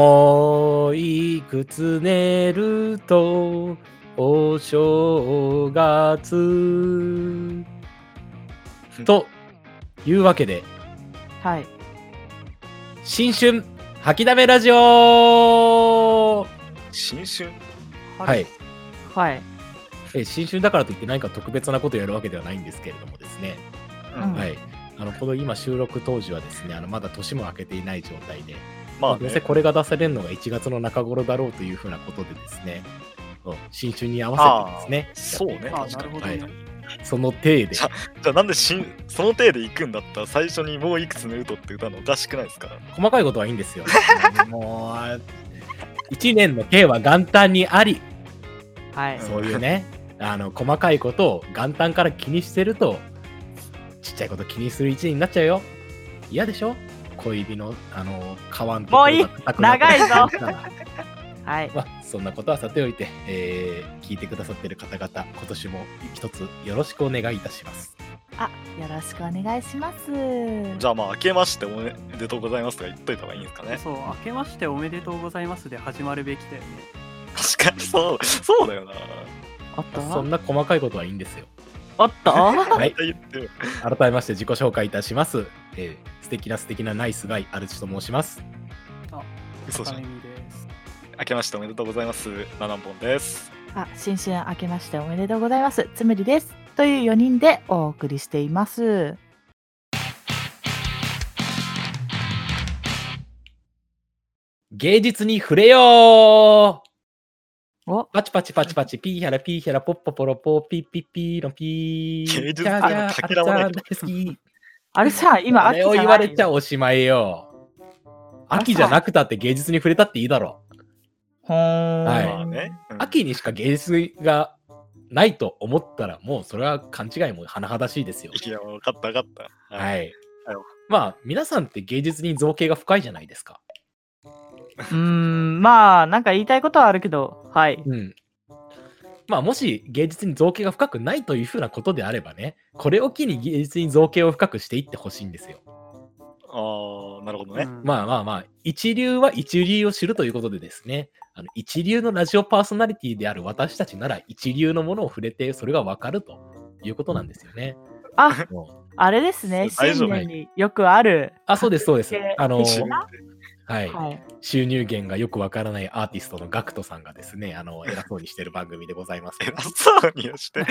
もういくつ寝るとお正月というわけではい。新春吐きだめラジオ新春はい。はい。え新春だからといって何か特別なことをやるわけではないんですけれどもですね、うんはいあのこの今収録当時はですねあのまだ年も明けていない状態でままあ、あ、どうねせ、これが出されるのが1月の中頃だろうというふうなことでですね、そう新春に合わせてですそうね、ね、あ確かに。なるほどはいその体でじ、ゃじゃあなんで新その体で行くんだったら最初にもういくつ塗るとって歌うのおかしくないですか細かいことはいいん ですよ。もう、1年の計は元旦にあり、はい。そういうね、あの細かいことを元旦から気にしてると、ちっちゃいこと気にする1年になっちゃうよ。嫌でしょ小指の、あの、皮のところが硬くなってるもういい長いぞは い。まあ、そんなことはさておいて、えー聞いてくださってる方々、今年も一つよろしくお願いいたします。あ、よろしくお願いします。じゃあまあ、明けましておめでとうございますとか言っといた方がいいんですかね。そう、明けましておめでとうございますで始まるべきだよね。確かにそう、そうだよな。おっとそんな細かいことはいいんですよ。おっ とはい絶、対言ってよ改めまして自己紹介いたします。えー素敵な素敵なナイスガイ、アルチと申します。嘘じゃん高。見です。明けましておめでとうございます。七本です。あ、新春明けましておめでとうございます。つむりです。という4人でお送りしています。芸術に触れようお、パチパチパチパチ、ピーヒャラピーヒャラ、ポッポポロポー、ピーピーピーのピー。芸術じゃあじゃあかけらもないアルちゃん大好き。あれ さ、今、あれを秋じゃ言なわいれちゃおしまいよ。秋じゃなくたって芸術に触れたっていいだろう。ほーん。はいまあね。うん秋にしか芸術がないと思ったらもうそれは勘違いも甚だしいですよ。いや、分かった分かった。。はいいはい。まあ皆さんって芸術に造形が深いじゃないですか。うーん、まあ、なんか言いたいことはあるけど、はい。うん。まあもし芸術に造形が深くないというふうなことであればね、これを機に芸術に造形を深くしていってほしいんですよ。ああ、なるほどうね。んまあまあまあ、一流は一流を知るということでですね、あの一流のラジオパーソナリティである私たちなら一流のものを触れてそれがわかるということなんですよね。あ、もうあれですね。大丈新夫年によくある。あ、そうです、そうですで。あ の、一流はい、はい。収入源がよくわからないアーティストのガクトさんがですね、あの、偉そうにしてる番組でございますけど偉そうにして。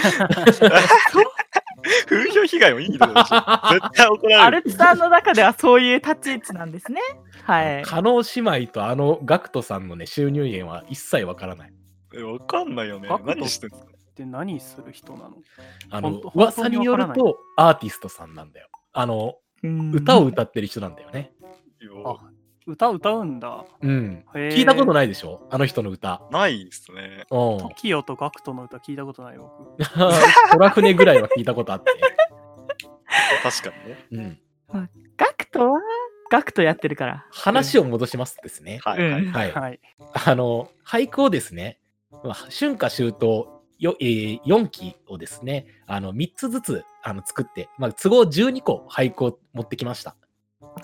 風評被害もいいだろうし。絶対怒らアれる。ルツさんの中ではそういう立ち位置なんですね。はい。加納姉妹とあのガクトさんのね、収入源は一切わからない。えわかんないよねガ。クト何してんすかで、何する人なのあのほんと、本噂当にによるわからとアーティストさんなんだよ。あの、歌歌を歌ってる人なんだよね。よあ、歌歌うんだ。うん。へー聞いたことないでしょあの人の歌。ないっすね。うん。 TOKIO と GACKT の歌聞いたことないよ僕。トラフネぐらいは聞いたことあ って。確かにね。うん。ガクトはガクトやってるから。話を戻しますとですね。はい、はいうんはい。はい。あの、俳句をですね、まあ春夏秋冬よ、え4期をですね、あの、3つずつあの作って、まあ、都合12個俳句を持ってきました。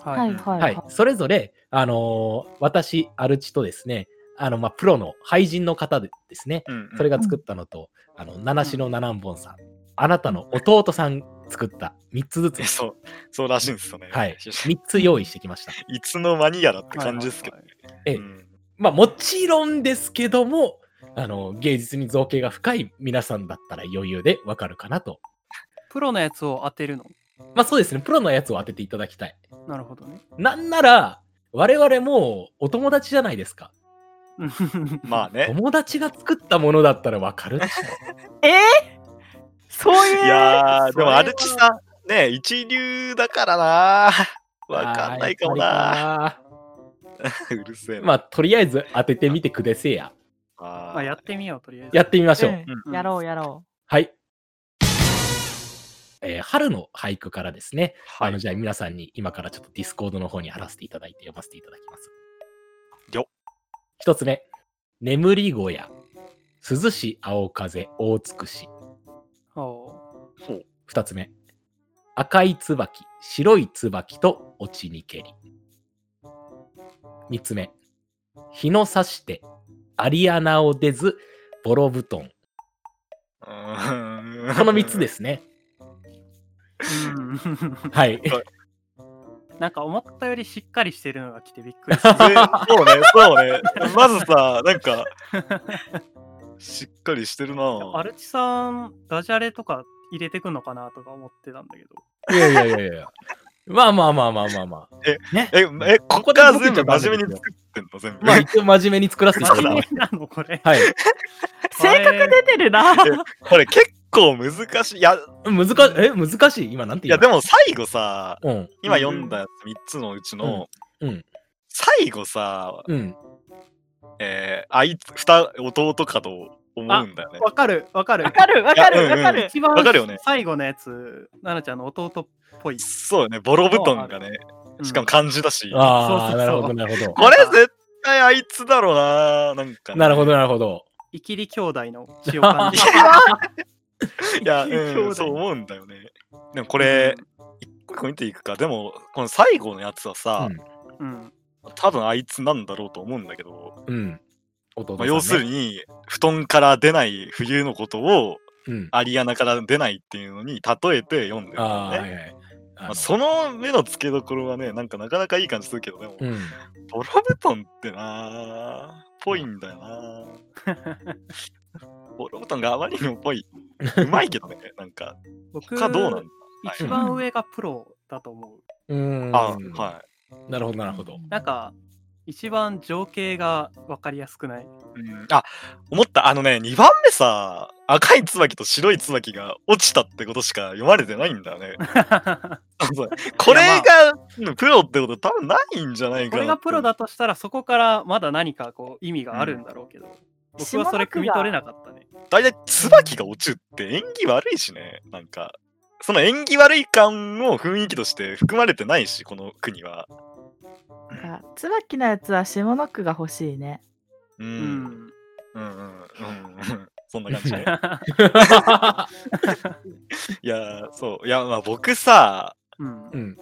はい。ははい。それぞれ、あのー私、アルチとですね、あの、まあ、プロの俳人の方でですね、うんうんそれが作ったのと、あの、七種の七本さん、あなたの弟さん作った3つずつえ、そう、そうらしいんですよね。 はい3つ用意してきました。いつの間にやらって感じですけど。はいはいはいええうんまあ、もちろんですけども、あの、芸術に造形が深い皆さんだったら余裕でわかるかなとプロのやつを当てるの。まあそうですね、プロのやつを当てていただきたい。なるほどね。 なんなら、我々もうお友達じゃないですか。まあね。友達が作ったものだったらわかるでしょえーそういう。いやー、それでもはアルチさん、ね、一流だからなー。わかんないかもなあー。うるせえー。な。まあとりあえず当ててみてくれせや。あまあ、やってみよう、とりあえず。やってみましょう。うんやろうやろはい。えー春の俳句からですね、はあのい。じゃあ皆さんに今からちょっとディスコードの方に貼らせていただいて読ませていただきます。よ一つ目、眠り小屋、涼しい青風大尽くし。おそう二つ目。赤い椿、白い椿と落ちにけり。三つ目。日の差して、アリアナを出ず、ボロ布団。うーんこの3つで。すね。うん はい。なんか思ったよりしっかりしてるのが来てびっ くりした。でそうね、そうね。まずさ、なんか、しっかりしてるなアルチさん、ダジャレとか入れてくんのかなとか思ってたんだけど。いやいやいやいや。まあまあまあまあまあまあ。ね。え、え、ここから全部真面目にこ作ってんの全部。まあ一応真面目に作らせていただ真き面ま目す。なのこれ。はい。 性格出てるな。これ結構難しい。いや、難しえ難しい今なんてい言やうのでも最後さ、うん。今読んだやつ3つのうちの、うんうん最後さ、うん。えーあいつ、二弟かと思うんだよね。わかるわかる。わかるわかるわかい やる。一番わかるよね最後のやつ、奈々ちゃんの弟っぽい。そうよね、ボロ布団がね、しかも漢字だし、あそうそうあ、そうなるほどなるほど。これ絶対あいつだろうな、なんか、なるほどなるほど。イキリ兄弟の血を 感じいや、一級兄うん、弟そう思うんだよね。でもこれ、一個一個見ていくか、でも、この最後のやつはさ、 うん。多分あいつなんだろうと思うんだけど、うん。うん。弟まさあ、んね要するに、布団から出ない冬のことを、うん。アリアナから出ないっていうのに例えて読んでるんだああ、よはね。いはい。あまあ、のその目の付けどころはね、なんかなかなかいい感じするけど、でも、うん。ボロ布団ってなぁ、ぽいんだよなぁ。ボロ布団があまりにも ぽい。うまいけどね、なんか、僕他どうなん一番上がプロだと思う。うん。あ、はい。い。なるほどなるほど。なんか、一番情景が分かりやす くない。うんあ思ったあのね2番目さ赤い椿と白い椿が落ちたってことしか読まれてないんだよね そうこれがうんプロってこと多分ないんじゃないこかなれがプロだとしたら、そこからまだ何かこう意味があるんだろうけど、僕はそれ汲み取れなかったね。大体椿が落ちるって演技悪いしねなんかその演技悪い感も雰囲気として含まれてないしこの国はあ椿のやつは下の句が欲しいね。ううんん。うんうんうんうん そんな感 じねいやーそういやまあ僕さ うんう。ん。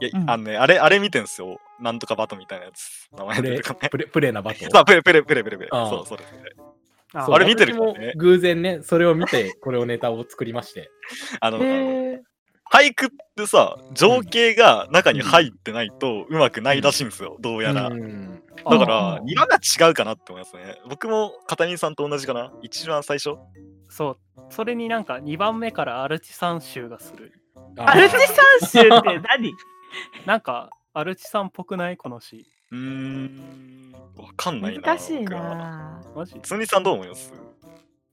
いや、うんあのね、あれ、あれ見てんすよ。なんとかバトみたいなやつ。名前プ出レてこない。プレプレなバトルさあ、ペレペレペレペレペレ。ああそう、それそれ。あそう あれ見てる私からもね偶然ね、それを見て、これをネタを作りま して。あの、あのへえ。俳句ってさ、情景が中に入ってないとうまくないらしいんですよ、どうやら。うんだかあらあ、色が違うかなって思いますね。僕も片桐さんと同じかな。一番最初。そう。それになんか2番目からアルチさん集がする。あーアルチ三種って何なんか、アルチさんっぽくないこの詩。うーん、わかんない な。難しい僕は。な。マジ、つんりさんどう思いますい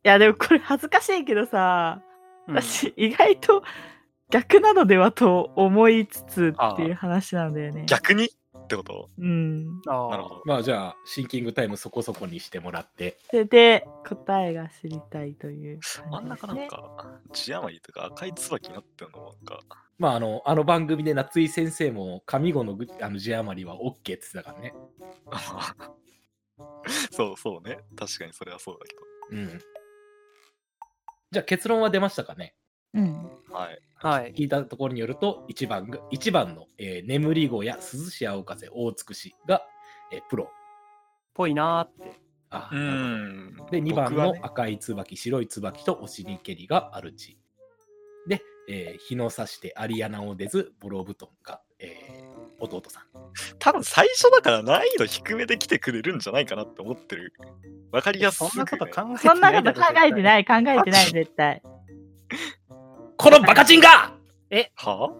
やでもこれ恥ずかしいけどさ、うん私意外と逆なのではと思いつつっていう話なんだよね。逆にってことうん。あなるあほ。ど。まあじゃあ、シンキングタイムそこそこにしてもらって。それで答えが知りたいという真感んじで中すなんね。か、血余りとか赤い椿になってるのなんか。まああの、あの番組で夏井先生も、上五のぐあの字余りは OK って言ってたからね。 そうそうね。確かにそれはそうだけうん。じゃあ結論は出ましたかねうん。ど。はい。はい。聞いたところによると、1番が一番の、えー眠り子や涼しい青風大尽くしが、えープロ。ぽいなーって。あうなるん。ほどで、2番僕はのね赤い椿、白い椿とお尻蹴りがアルチ。で、えー日の差してアリアナを出ず、ボロ布団が、えー弟さん。多分最初だから難易度低めで来てくれるんじゃないかなって思ってる。わかりやすく、そんなこと考えてない。そんなこと考えてい。 ない考えてない絶対。このバカチンがは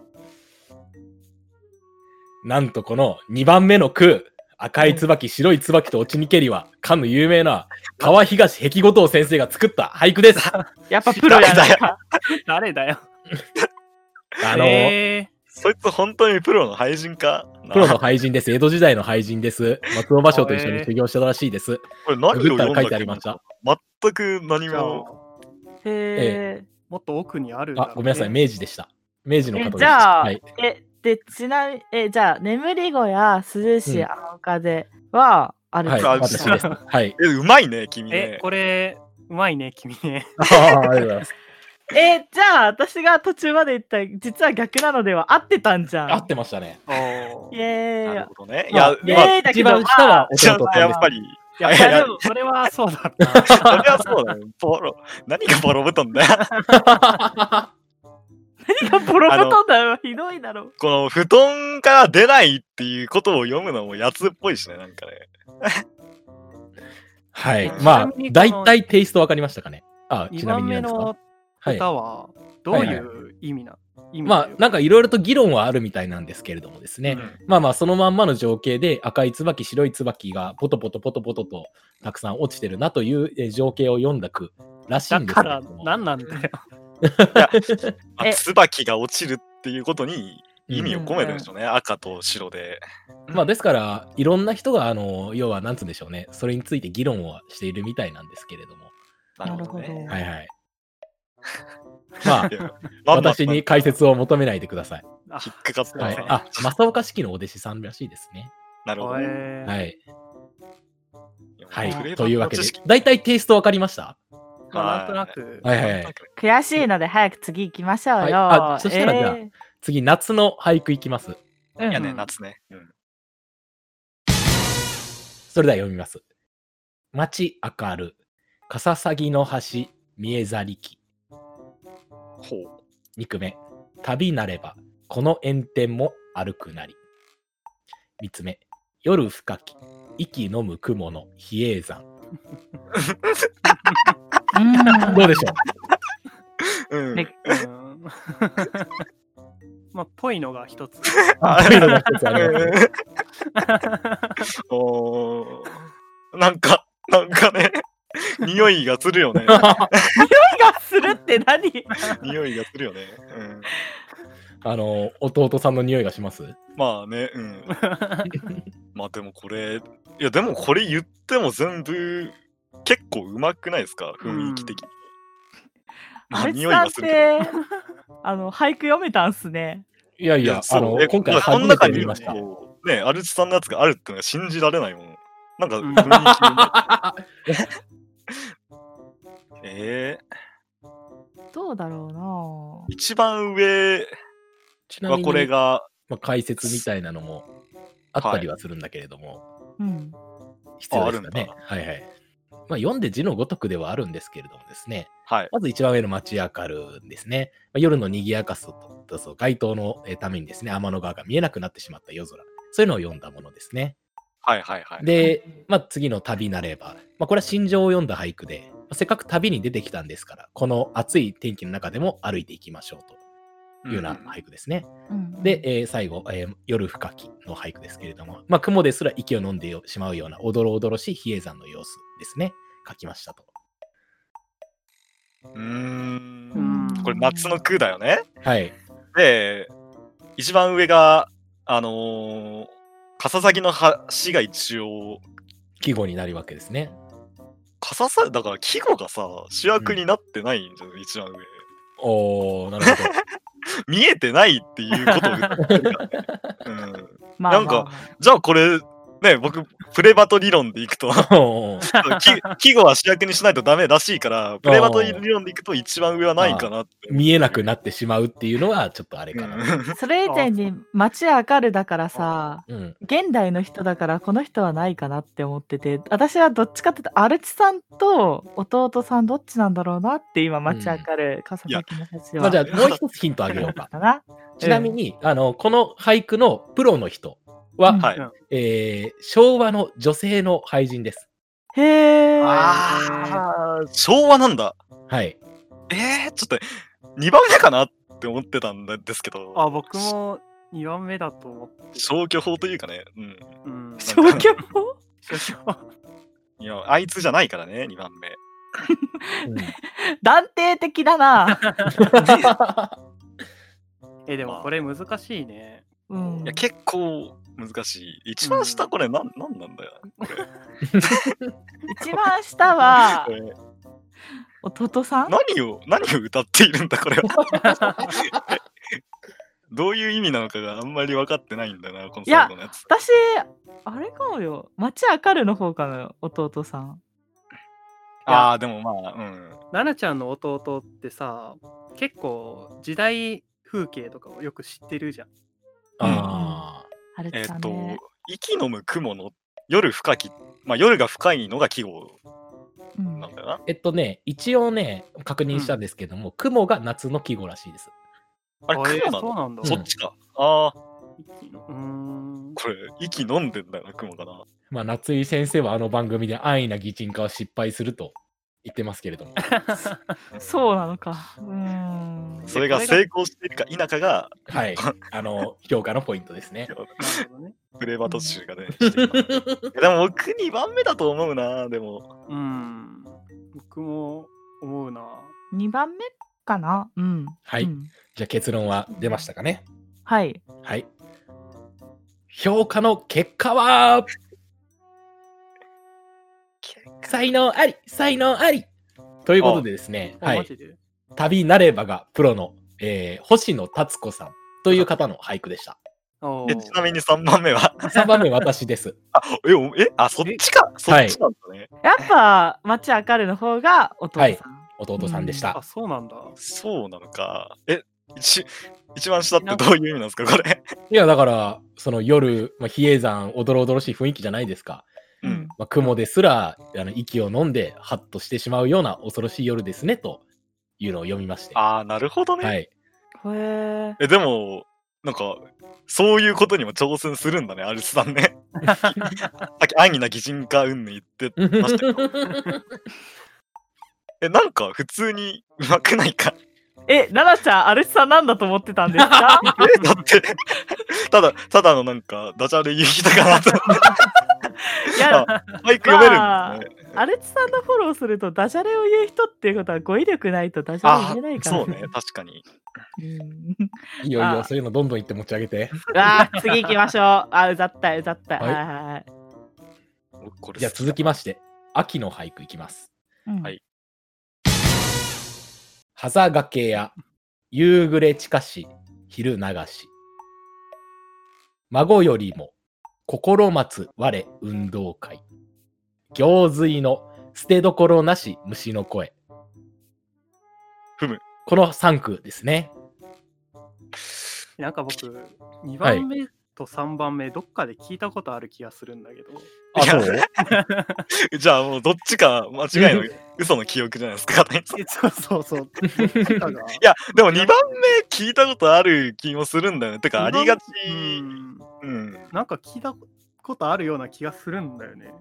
なんとこの2番目の句、赤い椿、白い椿と落ちにけりは、かの有名な川東壁後藤先生が作った俳句です。やっぱプロやないか。 誰だよ。あの、えそいつ本当にプロの俳人か なプロの俳人です。江戸時代の俳人です。松尾芭蕉と一緒に修行してたらしいです。これ何をググ読ったらんだっ書けいてありました。全く何ー、じゃあ、も。へもっと奥にあるだろうね、あ、ごめんなさい。明治でした。明治の方でえす。じゃあはい、え。えでちなみにえじゃあ眠り子や涼しい青風はあるはい、あ私です。はい。え、うまいね、君えね、。これ、うまいね、君ね。ああ、ありがとうございます。えじゃあ私が途中まで言った実は逆なのでは合ってたんじゃん合ってましたね。おーイエーイなるほどね。いまあや、イエまあ、ーイだけ一ど番下はちゃ弟んととややっっぱぱり。り。いや、いいややいやでもそれはそうだった。それはそうだよ。ボロ。何がボロぶとんだよ。 何がボロボトンだよひどいだろうこの布団から出ないっていうことを読むのもやつっぽいしね、なんかね。はいちな。みにまあこの、大体テイストわかりましたかね。あ、 2ちなみ番にな目んですかのはい。歌はどういう意味な、意味まあ、なんかかいろいろと議論はあるみたいなんですけれどもですね。うんまあまあ、そのまんまの情景で赤い椿、白い椿がポトポトポトポトとたくさん落ちてるなというえー情景を読んだ句らしいだんですかけれらども。何なんだよ。 まあえ椿が落ちるっていうことに意味うをん込めてるんでしょうね。赤と白で。まあ、ですから、いろんな人が、あの、要は、なんつうんでしょうね。それについて議論をしているみたいなんですけれども。なるほどねはい はい。まあ い、やまんまと私に解説を求めないでください。 あ引っかかってはますいね。。あ、正岡式のお弟子さんらしいですね。なるほどね。えーはい。はフレい。ーバーというわけでの知識、大体テイストわかりましたまあなんとなく。はいはいはい。悔しいので早く次行きましょうよ、はいあそしたらじゃあえ次、夏の俳句いきます。ーうんいやね、夏ね。うんそれでは読みます。街明る、かささぎの橋、見えざりき。ほう。二句目、旅なれば、この炎天も歩くなり。三つ目、夜深き、息飲む雲の比叡 山。うんどうでしょうんねうん まあ、ぽいのが一つ。うというのが一つありますね おーなんか、なんかね、 匂いがするよ ね。何がするって何 匂いがするよね。うん、あの、弟さんの匂いがしますまあね、うん。まあでもこれ、いやでもこれ言っても全部結構うまくないですか雰囲気的に。まああれ匂いがするけさんってあの俳句読めたんすねいやいど。や、あのそうえ、今回まあこ初のめ中てに見ました。こうね、アルチさんのやつがあるっていうのが信じられないもん。なんかうん雰囲気読 めるえー、どうだろ一番上 ちなみはに、これが、まあ、解説みたいなのもあったりはするんだけれども、うなうん必要ですかねあ。はいはい。まあ、読んで字のごとくではあるんですけれどもですね、はい。まず一番上の街明るんですね。まあ夜の賑やかさと、とそう街灯のえーためにですね、天の川が見えなくなってしまった夜空。そういうのを読んだものですね。はいはいはい。で、まあ、次の旅なれば、まあ、これは心情を読んだ俳句で、まあせっかく旅に出てきたんですから、この暑い天気の中でも歩いていきましょうというような俳句ですね。うんで、えー最後、えー夜深きの俳句ですけれども、まあ、雲ですら息を飲んでしまうようなおどろおどろしい比叡山の様子ですね。書きましたと。うーんう。んこれ夏の句だよね。はい。で、一番上が、あのー、笠崎の橋が一応、季語になるわけですね。笠崎、だから季語がさ、主役になってないんじゃない、一番上。おー、なるほど。見えてないっていうことを言って るからね、うん。まあまあなんかじゃあこれ、ね、僕、プレバト理論でい くと、おー季季語は主役にしないとダメらしいから、プレバト理論でいくと一番上はないかなって。見えなくなってしまうっていうのはちょっとあれかな。うんそれ以前に街明るだからさうん。現代の人だからこの人はないかなって思ってて私はどっちかっていうとアルチさんと弟さんどっちなんだろうなって今街明る笠崎の橋は、まあ、じゃあもう一つヒントあげようか。かなちなみに、あの、この俳句のプロの人は、うんはいうんえー昭和の女性の俳人です。へえあー昭和なんだ。はい。えー、ちょっと2番目かなって思ってたんですけど、あ、僕も2番目だと思って。消去法というかね、うん。 うん、消去法いや、あいつじゃないからね、2番目。うん 断定的だな、え、でもこれ難しいね。うんいや、結構難しい。一番う下、んこれ、なん、なんなんだよ。これ一番下はこれ弟さん何を、何を歌っているんだ、これは。 どういう意味なのかがあんまり分かってないんだな、このいや最後のやつ。私あれかもよ街明るの方かなよ弟さんああ、でもまあ、うん。ナナちゃんの弟ってさ結構時代風景とかをよく知ってるじゃんああるえちっ、ゃんとね。、息のむ雲の夜深き、まあ夜が深いのが季語うんなんだよなー。えっとね、一応ね、確認したんですけども、雲が夏の季語らしいです。あれ、え雲ーなそのうなんだうそっちか。ああ、一気のうーんこれ、息飲んでんだよな、雲かな。まあ、夏井先生はあの番組で安易な擬人化は失敗すると言ってますけれども。そうなのか。うーん。それが成功しているか否かが、 はい。あの、評価のポイントですね。なるほどねフレーバー途中がね、してるからでも僕2番目だと思うな、でも。うん僕も思うな2番目かなうん。はいうんじゃあ結論は出ましたかね。はい。はい。評価の結果は才能あり才能ありということでですね、あはマいジ。で旅なればがプロの、えー星野達子さんという方の俳句でした。おーえちなみに3番目は、 3番目、私です。え、おえあ、そっちか。そっちなんだね。やっぱ、町明るの方がお父さはん。い弟さんでした。あそうなんだそうなのか。え、一一番下ってどういう意味なんですか、これ。いや、だから、その夜、まあ、比叡山、おどろおどろしい雰囲気じゃないですか。うん。まあ、雲ですらあの息を飲んで、ハッとしてしまうような恐ろしい夜ですね、というのを読みまして。はああ、なるほどね。い。うんへえ。え、でも、なんか、そういうことにも挑戦するんだね、アルスさんね。さっき、安易な擬人化うんぬん言ってましたけど。 え、なんか、普通にうまくないか。え、奈々ちゃん、アルチさんなんだと思ってたんで すかえ、だって、ただ、ただのなんか、ダジャレ言いたかなと。いや、マイク読めるんですね。アルチさんのフォローすると、ダジャレを言う人っていうことは、語彙力ないとダジャレ言えないーから、そうね、確かに。うん。 いいよいいあよ、そういうのどんどん言って持ち上げて。わあ、次行きましょう。あ、うざったい、うざったい。ははいいはいはい。僕これじゃあ続きまして、秋の俳句いきます。うんはいはざがけや、夕暮れ近し、昼流し。孫よりも、心待つ我運動会。行水の捨てどころなし虫の声。ふむ。この3句ですね。なんか僕2番目と3番目どっかで聞いたことある気がするんだ けど、あ、いやそう じゃあもうどっちか間違いの嘘の記憶じゃないですか。 片井さんいえそうそうそう どっちかがや、でも2番目聞いたことある気もするんだよね。てか、ありがち。うんうん。なんか聞いたことあるような気がするんだよね。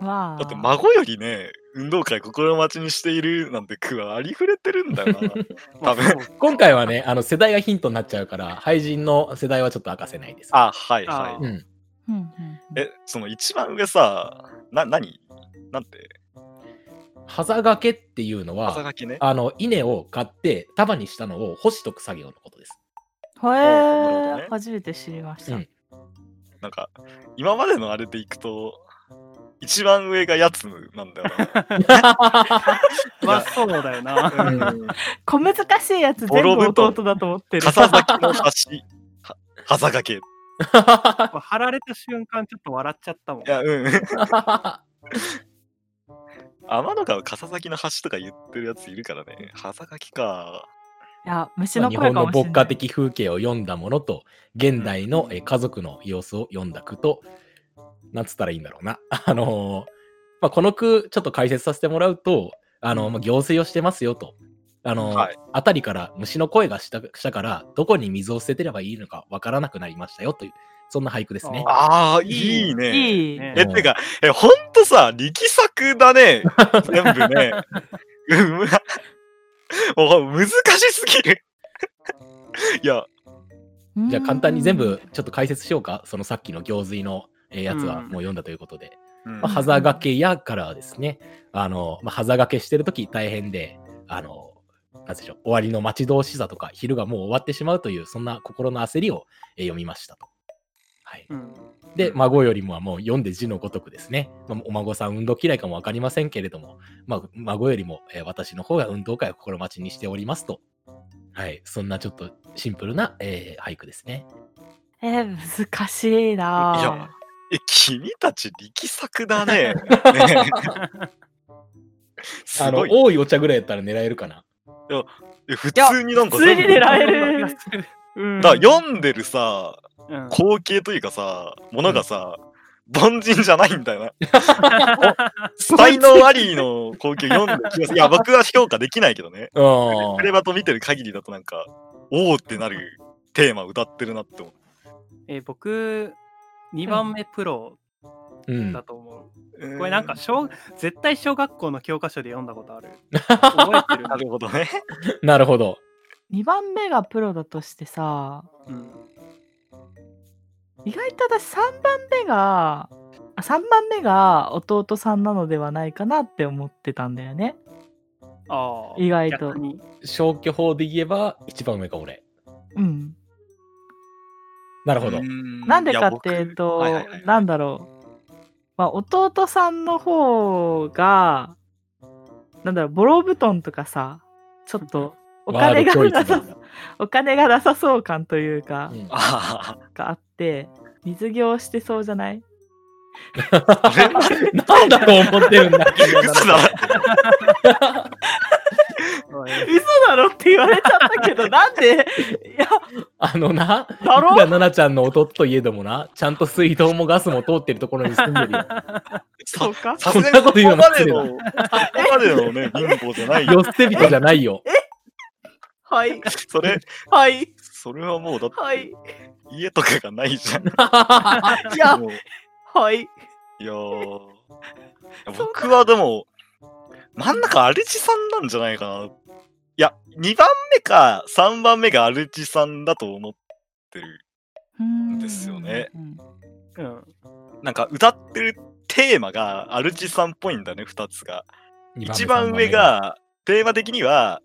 わあ。だって孫よりね、運動会心待ちにしているなんて句はありふれてるんだよな。多分まあそう今回はね、あの世代がヒントになっちゃうから、廃人の世代はちょっと明かせないです。あ、はいあはうん。い。うんうんうんえ、その一番上さ、な、何なんて、はざがけっていうの朝は、書きね。あの、稲を買って束にしたのを干しとく作業のことです。なるほどへねえ、初めて知りましうたん。なんか、今までのあれでいくと、一番上がやつなんだよまあそうだよな。な。 う小難しいやつ全部弟だと思ってる。笠崎の橋、は朝書き。いこう貼られた瞬間ちょっと笑っちゃったもん。や、うん。 天の川笠崎の橋とか言ってるやついるからね。笠崎か。いや、虫まあの日声本かのもしれない。牧歌的風景を読んだものと現代のえー家族の様子を読んだ句となんつったらいいんだろうな あのーまあ、この句ちょっと解説させてもらうとあのー、まあ、行水をしてますよとあのー、はい辺りから虫の声がしたしたからどこに水を捨ててればいいのかわからなくなりましたよというそんな俳句ですね。ああ、いいいいね。いい。ねえ、うんてか、え、ほんとさ、力作だね。全部ね。うんむもう難しすぎる。いや、じゃあ簡単に全うん。部ちょっと解説しようかそのさっきの行水のえーやつはもう読んだということで。うんまあ、はざがけやからはですね、あの、まあ、はざがけしてるとき大変で、あの、なんでしょう、終わりの待ち遠しさとか、昼がもう終わってしまうという、そんな心の焦りをえー読みましたと。はい。うんで、孫よりもはもう読んで字のごとくですね、まあお孫さん運動嫌いかもわかりませんけれども、まあ、孫よりも、えー私の方が運動会を心待ちにしておりますと。はい。そんなちょっとシンプルな、えー俳句ですね。えー、難しいな いぁやえ、君たち力作だね。ねすあのごい。多いお茶ぐらいやったら狙えるかな。え普通になんか普通に狙え るそんな気がするうん、だから読んでるさ、うん光景というかさ、ものがさ、凡人じゃないんだよ な。才能ありの光景読んでる気がする。いや、僕は評価できないけどね。うんプレバト見てる限りだとなんか、おおってなるテーマ歌ってるなって思う。えー僕、2番目プロうんだと思う。これなんか小、絶対小学校の教科書で読んだことある。覚えてる。なるほどね。なるほど。 2番目がプロだとしてさうん意外と私3番目があ3番目が弟さんなのではないかなって思ってたんだよねああ。意外と逆に消去法で言えば一番上が俺。うんなるほどう。んなんでかっていうと、いや僕はいはいはいなんだろう、まあ、弟さんの方がなんだろうボロ布団とかさちょっとおワー金ドチがョイなスさだ。 お金がなさそう感というか、うんあがあって水行してそうじゃないなんだと思ってるんだ。君はあ、嘘だ。おい嘘だろって言われちゃったけどな んでいやあのな、いくだらろ奈々ちゃんの弟といえどもな、ちゃんと水道もガスも通ってるところに住んでるよ。そうかさすそがにんな こそとこ言うのまで失礼だの、そこまでのね、貧乏じゃ ないよ。よって人じゃないよ。 はいそれ、はいそれはもうだって、はい家とかがないじゃん。いやもうはいいやー僕はでも、真ん中アルチさんなんじゃないかな。いや、2番目か3番目がアルチさんだと思ってる。ですよねうんうん。なんか歌ってるテーマがアルチさんっぽいんだね、2つが。一番上。が、テーマ的には、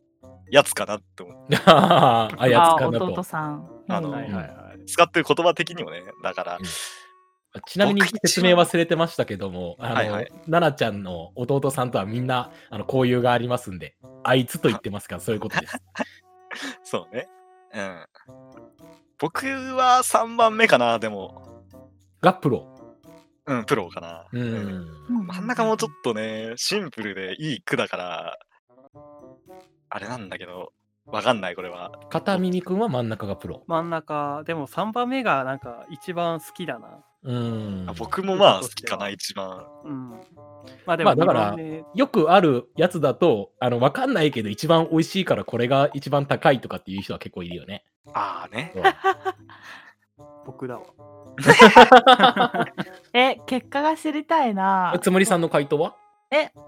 やつかなって思う。あ あ、やあつかな弟と。さんあのうんはいはいは使ってる言葉的にもね、だから、ちなみに僕一番説明忘れてましたけども、あの、はいはい奈々ちゃんの弟さんとはみんな、あの、交友がありますんで、あいつと言ってますから、そういうこと です。そうね。うん。僕は3番目かな、でも、がプロ。うん、プロかな。ううんん。真ん中もちょっとね、シンプルでいい句だから、あれなんだけど、わかんない、これは。片耳くんは真ん中がプロ。真ん中、でも3番目がなんか一番好きだな。うんあ。僕もまあうん好きかな、一番。うん。まあでまもあだ2から番目、よくあるやつだと、あの、わかんないけど、一番美味しいからこれが一番高いとかっていう人は結構いるよ ね。ああね。うん僕だわ。え結果が知りたいなつむりさんの回答は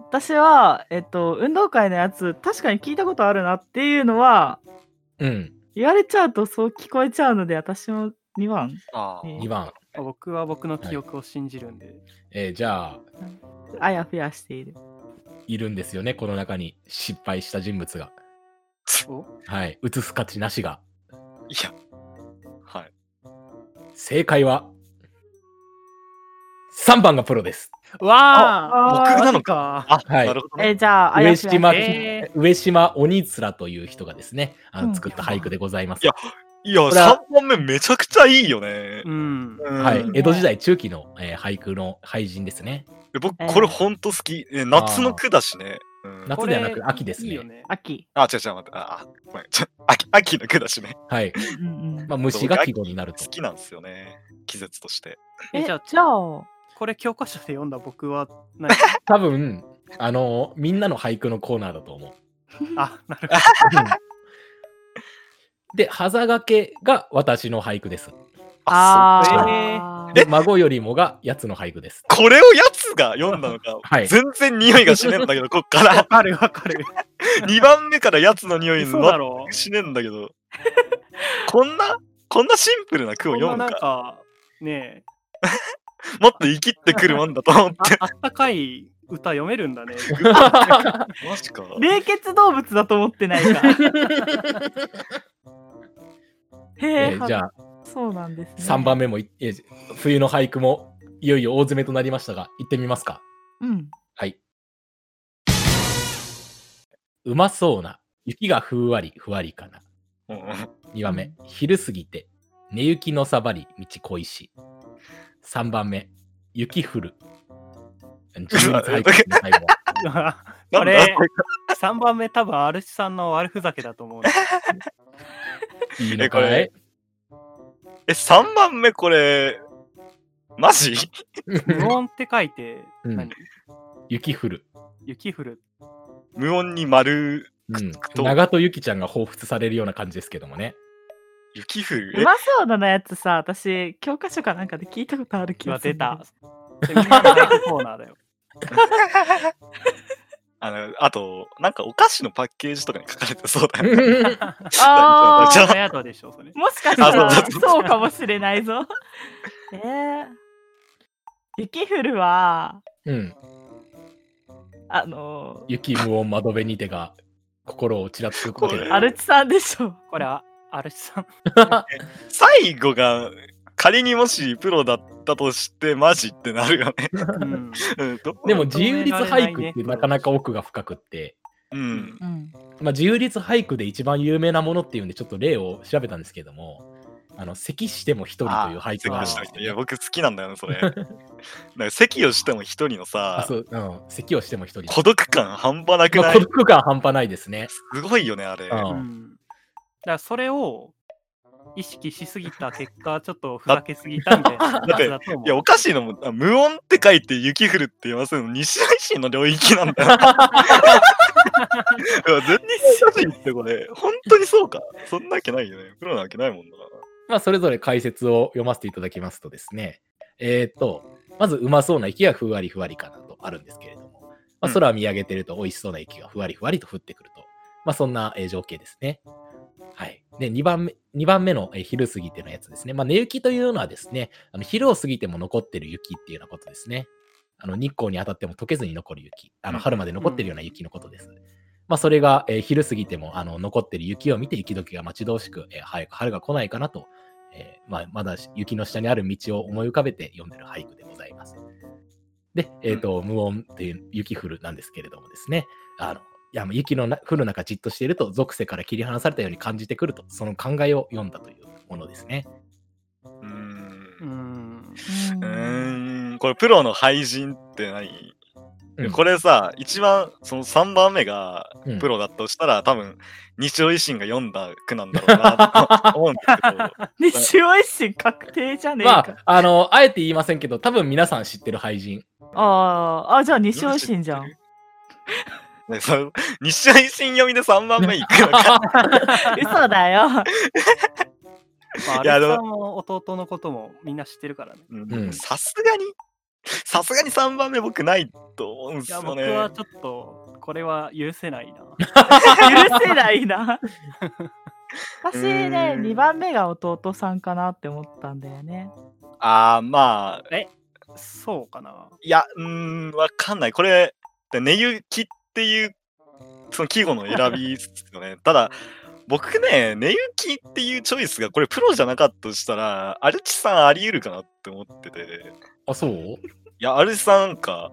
私は、えっと、運動会のやつ確かに聞いたことあるなっていうのはうん。言われちゃうとそう聞こえちゃうので私も2番あうん2番。僕は僕の記憶を信じるんで。えーじゃあ、あやふやしているいるんですよね、この中に失敗した人物が。おはい。映す価値なしが。いや。はい。正解は、3番がプロです。わああ僕なのかあ、はいなるほどね。えじゃああや上ふやしている島、え上島鬼面という人がですね、あうのん作った俳句でございます。いやいや、これは3番目めちゃくちゃいいよねう。ん。うんはいうん。江戸時代中期の、えー俳句の俳人ですね。え僕、えーこれほんと好き。え夏の句だしね。うん夏ではなく秋ですねいいよね。秋、あ、違う違う、待って。あ、あごめん。ちょ秋秋の句だしね。はい。うんうんまあ、虫が季語になると好。きなんですよね。季節として。ええじじゃゃああこれ教科書で読んだ僕は何 多分、あのーみんなの俳句のコーナーだと思う。あ、なるで、ハ掛けが私の俳句です。あそうあーあで、孫よりもがやつの俳句です。これをやつが読んだのか、はい全然匂いがしねえんだけど、こっかほど。わらかるわかる。 2番目からやつの匂いそうだのろ全くしねえんだけど、こんな、こんなシンプルな句をう。読こんなむなか、んか、ねえもっと生きってくるもんだと思っあて。 あったかい歌読めるんだね。 マジか。冷血動物だと思ってないかへええーじゃあ、そうなんですね3番目もい、えー冬の俳句もいよいよ大詰めとなりましたが、行ってみますか。うんはい。うまそうな、雪がふんわりふわりかな。うん2番目、昼過ぎて、寝雪のさばり道恋し。3番目、雪降る。12月俳句の最後。うわなこんだれ3番目多分アルシさんの悪ふざけだと思うの。いい えのこかいれえ、3番目これ、マジ無音って書いて、うん何雪降る。雪降る。無音に丸、うんく、と長とゆきちゃんが彷彿されるような感じですけども ね。雪降るうまそうだなやつさ、私、教科書かなんかで聞いたことある気今がする。出た。。でみんなのライブコーナーだよ。あの、あと、なんかお菓子のパッケージとかに書かれてそうだうよね。んあちょーっと早とでしょ、それ。もしかしたらあそうそうそうかもしれない ぞ。えー、雪降るは、うん。あの雪無音窓辺にてが心をちらつくことこでれー、アルチさんでしょ。これは、アルシさん。最後が、仮にもしプロだったとしてマジってなるよね。 うん、うんどうでも自由律俳句ってなかなか奥が深くって、うん。うん。まあ、自由律俳句で一番有名なものっていうんでちょっと例を調べたんですけども「あの咳しても一人」という俳句があるんですいけや、ど僕好きなんだよね、それ。なんか席をしても一人のあさそ、う、うん、咳をしても一人、孤独感半端なくまなあ、い孤。独感半端ないですね、すごいよね、あれ。うんうん。だからそれを意識しすぎた結果、ちょっとふざけすぎたみたいな だってやつだと思う。いや、おかしいのも、あ無音って書いて雪降るって言わせるの、西大臣の領域なん だよ。いや全然西大臣ってこれ、本当にそうか。そんなわけないよね。プロなわけないもんだな。まあ、それぞれ解説を読ませていただきますとですねえっ、とまずうまそうな息がふわりふわりかなとあるんですけれども、まうあ、ん空を見上げてると美味しそうな息がふわりふわりと降ってくると、まあ、そんな、えー情景ですね。はい、で2番目 ,2 番目の、えー昼過ぎてのやつですね。まあ、寝雪というのはですねあの昼を過ぎても残ってる雪っていうようなことですね。あの日光に当たっても溶けずに残る雪あのうん春まで残ってるような雪のことです。まあ、それが、えー昼過ぎてもあの残ってる雪を見て雪解けが待ち遠しく、えー早く春が来ないかなと、えーまあ、まだ雪の下にある道を思い浮かべて読んでる俳句でございます。で、えーと無音っていう雪降るなんですけれどもですねあのいやもう雪のな降る中じっとしていると俗世から切り離されたように感じてくるとその考えを読んだというものですね。うーん。うううん。んーんこれプロの廃人って何、うんこれさ一番その3番目がうんプロだったとしたら、多分日曜維新が読んだ句なんだろうなと思うんですけど西尾維新確定じゃねえまか。あ、あの、あえて言いませんけど、多分皆さん知ってる俳人。あーあ、じゃあ西尾維新じゃん。ねその日曜維新読みで3番目いくのか嘘 だよ。まあ、アいやルシさんも弟のこともみんな知ってるからね。うんうんさすがにさすがに3番目僕ないと思うんでいすや、よ僕ねはちょっと、これは許せないな。許せないな。私ね、うん2番目が弟さんかなって思ったんだよね。ああまあそうか な。いやうーんわかんないこれ「寝ゆき」っていうその季語の選びですよねただ僕ね「寝ゆき」っていうチョイスがこれプロじゃなかったとしたらアルチさんあり得るかなって思っててあ、 そういやアルチさんなんか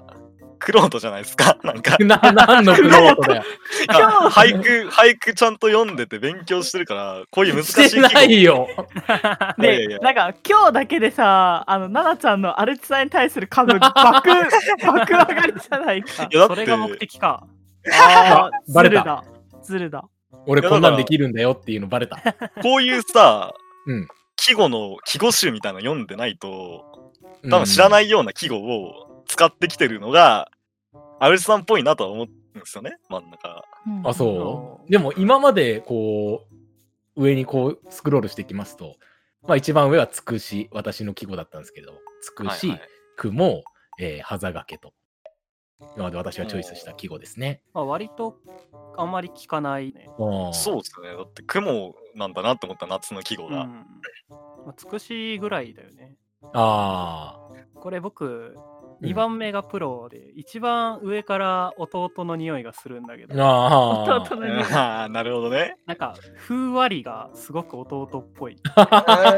クロートじゃないですか なんかいな、なんのクロートだよ。や俳句俳句ちゃんと読んでて勉強してるからこういう難しいし季て語ないよ。いやいやいでや、なんか今日だけでさ、あの、奈々ちゃんのアルチさんに対する株、爆、爆上がりじゃないか。いやだそってれが目的か。あーバレた。ずるだ。ずるだ。俺こんなんできるんだよっていうのバレた。 こういうさ、うん。季語の季語集みたいなの読んでないと多分知らないいような季語を使ってきてるのが、アルさんっぽいなとは思うんですよね、真ん中。うんあ、そうでも今までこう、上にこうスクロールしていきますと、まあ一番上はつくし、私の季語だったんですけど、つくし、はいはい雲、えー、はざがけと。今まで私はチョイスした季語ですね。まあ、割とあんまり聞かないね。そううですね。だって雲なんだなって思った夏の季語うん。が。まあ、つくしぐらいだよね。ん。あこれ僕、うん2番目がプロで、一番上から弟の匂いがするんだけど、あ。ああ。弟の匂いああ、なるほど ね。なんか、ふんわりがすごく弟っぽい。うーんわから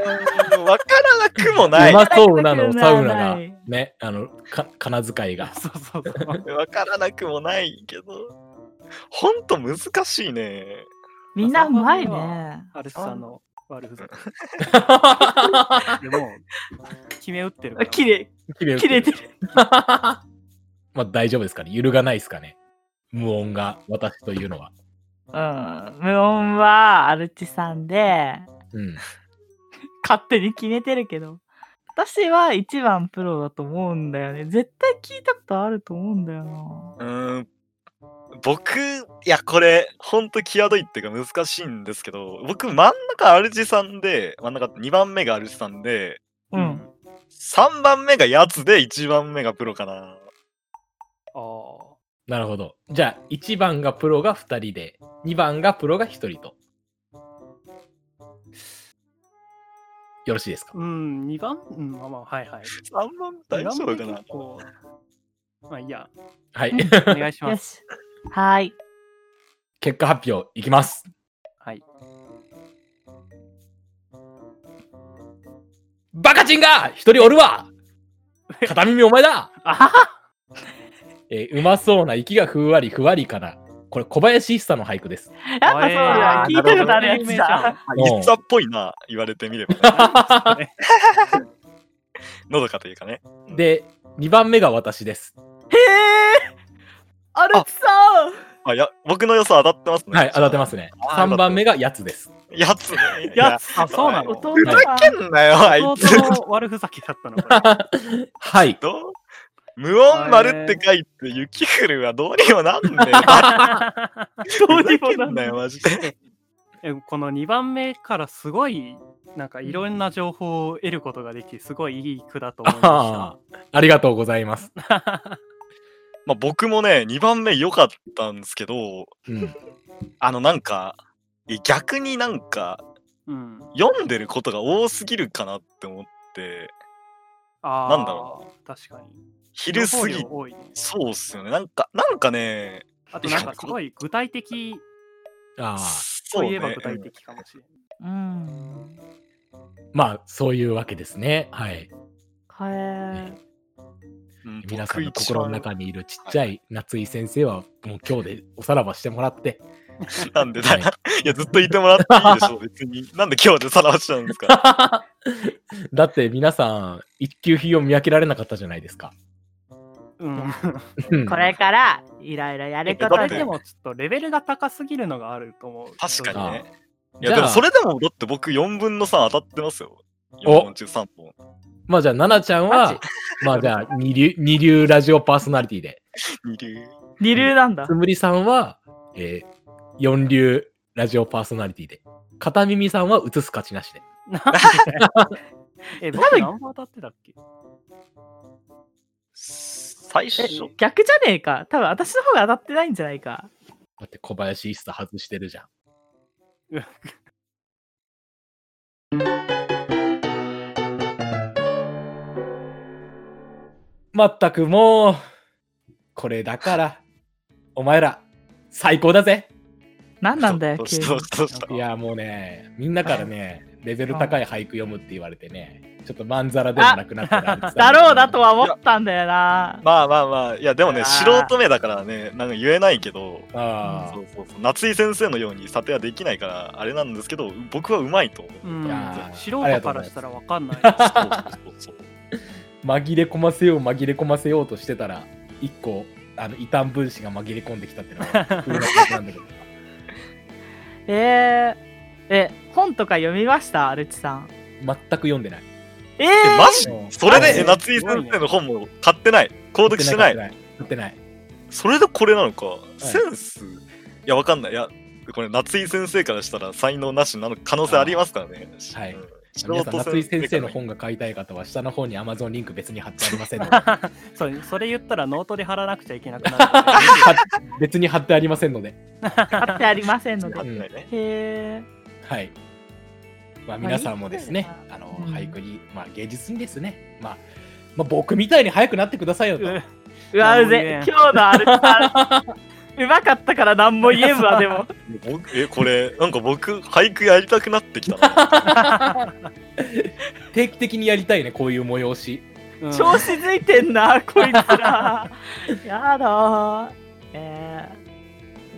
なくもなうい。まそうなの、ないサウナがない、ね、あの、か、金遣いが。そうそうそう。わからなくもないけど。ほんと難しいね。みんなうまいね。アルスさんの悪ふざけ。でも、決め打ってるから。綺麗、切れ切れてる。まあ大丈夫ですかね揺るがないですかね無音が私というのは。うん、無音はアルチさんでうん。勝手に決めてるけど私は一番プロだと思うんだよね絶対聞いたことあると思うんだよなうーん僕、いや、これ、ほんと際どいっていうか難しいんですけど、僕、真ん中 RG さんで、真ん中2番目が RG さんで、うん、 3番目がやつで、1番目がプロかな。ああ。なるほど。じゃあ、1番がプロが2人で、2番がプロが1人と。よろしいですかうん、2番、うん、まあまあ、はいはい。 3番目大丈夫か二番目な結構まあいいや、はい。お願いしよます。しはーい 結果発表いきます。はい。バカチンが一人おるわ片耳お前だ、あははえーうまそうな息がふんわりふわりかな。これ小林一茶の俳句です。やっぱそうだあー聞いたことあるやつなるだあいつさっぽいな、言われてみればね、のどかというかね。で、2番目が私です。へえアルチさんあいや、僕の予想当たってますね。はい、当たってますね。あー3番目がやつです。 やつね。ほどやつ、あ、そうなの弟弟ふざさんなんだよ、あいつ。の悪ふざけだったのこ れはい。どう無音丸って書いて、雪降るはどうにもなんねどうにえ。もななんんなだいよ、マジで。えこの2番目からすごい、なんかいろんな情報を得ることができて、すごいいい句だと思いあまーありがとうございます。した。まあ、僕もね、2番目良かったんですけど、うん、あの、なんか、いや逆になんか、 うん、読んでることが多すぎるかなって思って、あなんだろう。確かに。昼過情ぎ報量、多いね。そうっすよね。なんか、なんかね、あとなんかすごい具体的あーそとういねえば具体的かもしれない。うんまあ、そういうわけですね。はい。へえうん皆さんの僕一心の番中にいるちっちゃい夏井先生は、もう今日でおさらばしてもらって、なんではだいよ。 いや、ずっといてもらっていいでしょ、別に。なんで今日でさらわしちゃうんですか。 だって皆さん、一級品を見分けられなかったじゃないですか。 うん。うんこれからいろいろやるこことれだってでにもちょっとレベルが高すぎるのがあると思う。確かにね。いじゃあや、でもそれでも、だって僕4分の3当たってますよ。4本中3本。 まあじゃあ、奈々ちゃんマはジ、まあじゃあ二流、二流ラジオパーソナリティで、二流。二流なんだつむりさんは、えー、四流ラジオパーソナリティで、片耳さんは映す価値なしで。なんで え、僕何本当たってたっけ最え初逆じゃねえか多分私の方が当たってないんじゃないかだって小林一茶外してるじゃん。まったくもう、これだから、お前ら、最高だぜ。何なんだよどう急しにたどうしたどうしたいや、もうね、みんなからね、レベル高い俳句読むって言われてね、ちょっとまんざらでもなくなったらあれ伝えてだろうなとは思ったんだよなまあまあまあ、いや、でもあね、ー素人目だからね、なんか言えないけど、あそうそうそう夏井先生のように査定はできないから、あれなんですけど、僕はうまいと思 う。うんいやー。素人からしたらわかんない。そうそうそうあ、紛れ込ませよう、紛れ込ませようとしてたら、一個、あの異端分子が紛れ込んできたっていうのが、風な感じなんだけど。えー、え本とか読みましたアルチさん全く読んでない。えー、え、マジうんそれあでえー夏井先生の本も買ってない。購読してない。。売ってない。それでこれなのか。センス、いや、わかんない。いや、これ夏井先生からしたら才能なしなの可能性ありますからね。はいうん。皆さん、夏井先生の素人本が買いたい方は、下の方に Amazon リンク別に貼ってありませんので、 そうそれ言ったらノートで貼らなくちゃいけなくなる。別に貼ってありませんので、買 ってありませんの目かでらねねへえはい。まあ、まあ皆さんもですね、あの、うん俳句に、まあ、芸術にですね、まあ、まあ、僕みたいに早くなってくださいよと。うわうなんも言えぜん今日のアルチさんうまかったから何も言えんわでも僕え、これ、なんか僕、俳句やりたくなってきた な。定期的にやりたいね、こういう催し。うん調子づいてん なこいつらやだーえ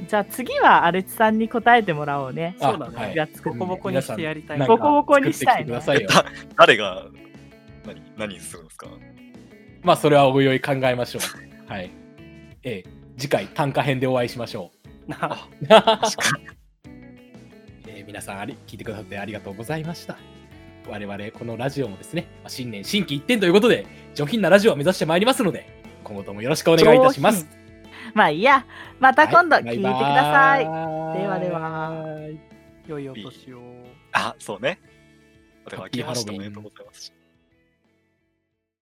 ー、じゃあ次はアルチさんに答えてもらおうねそうだねあいやつこボコボコにしてやりたいなんかボコボコにしたいね作ってきてくださいよ。 誰が、何、何するんですか まあ、それはおいおい考えましょう。はい。ええ。次回短歌編でお会いしましょう。 あえー皆さんあり聞いてくださってありがとうございました。我々このラジオもですね、まあ新年新規一点ということで、上品なラジオを目指してまいりますので、今後ともよろしくお願いいたします。まあいいや、また今度は聞いてください。いではでは。良いお年を。あ、そうね。お手紙来ましたおハッピーハロウィンめでとうございます。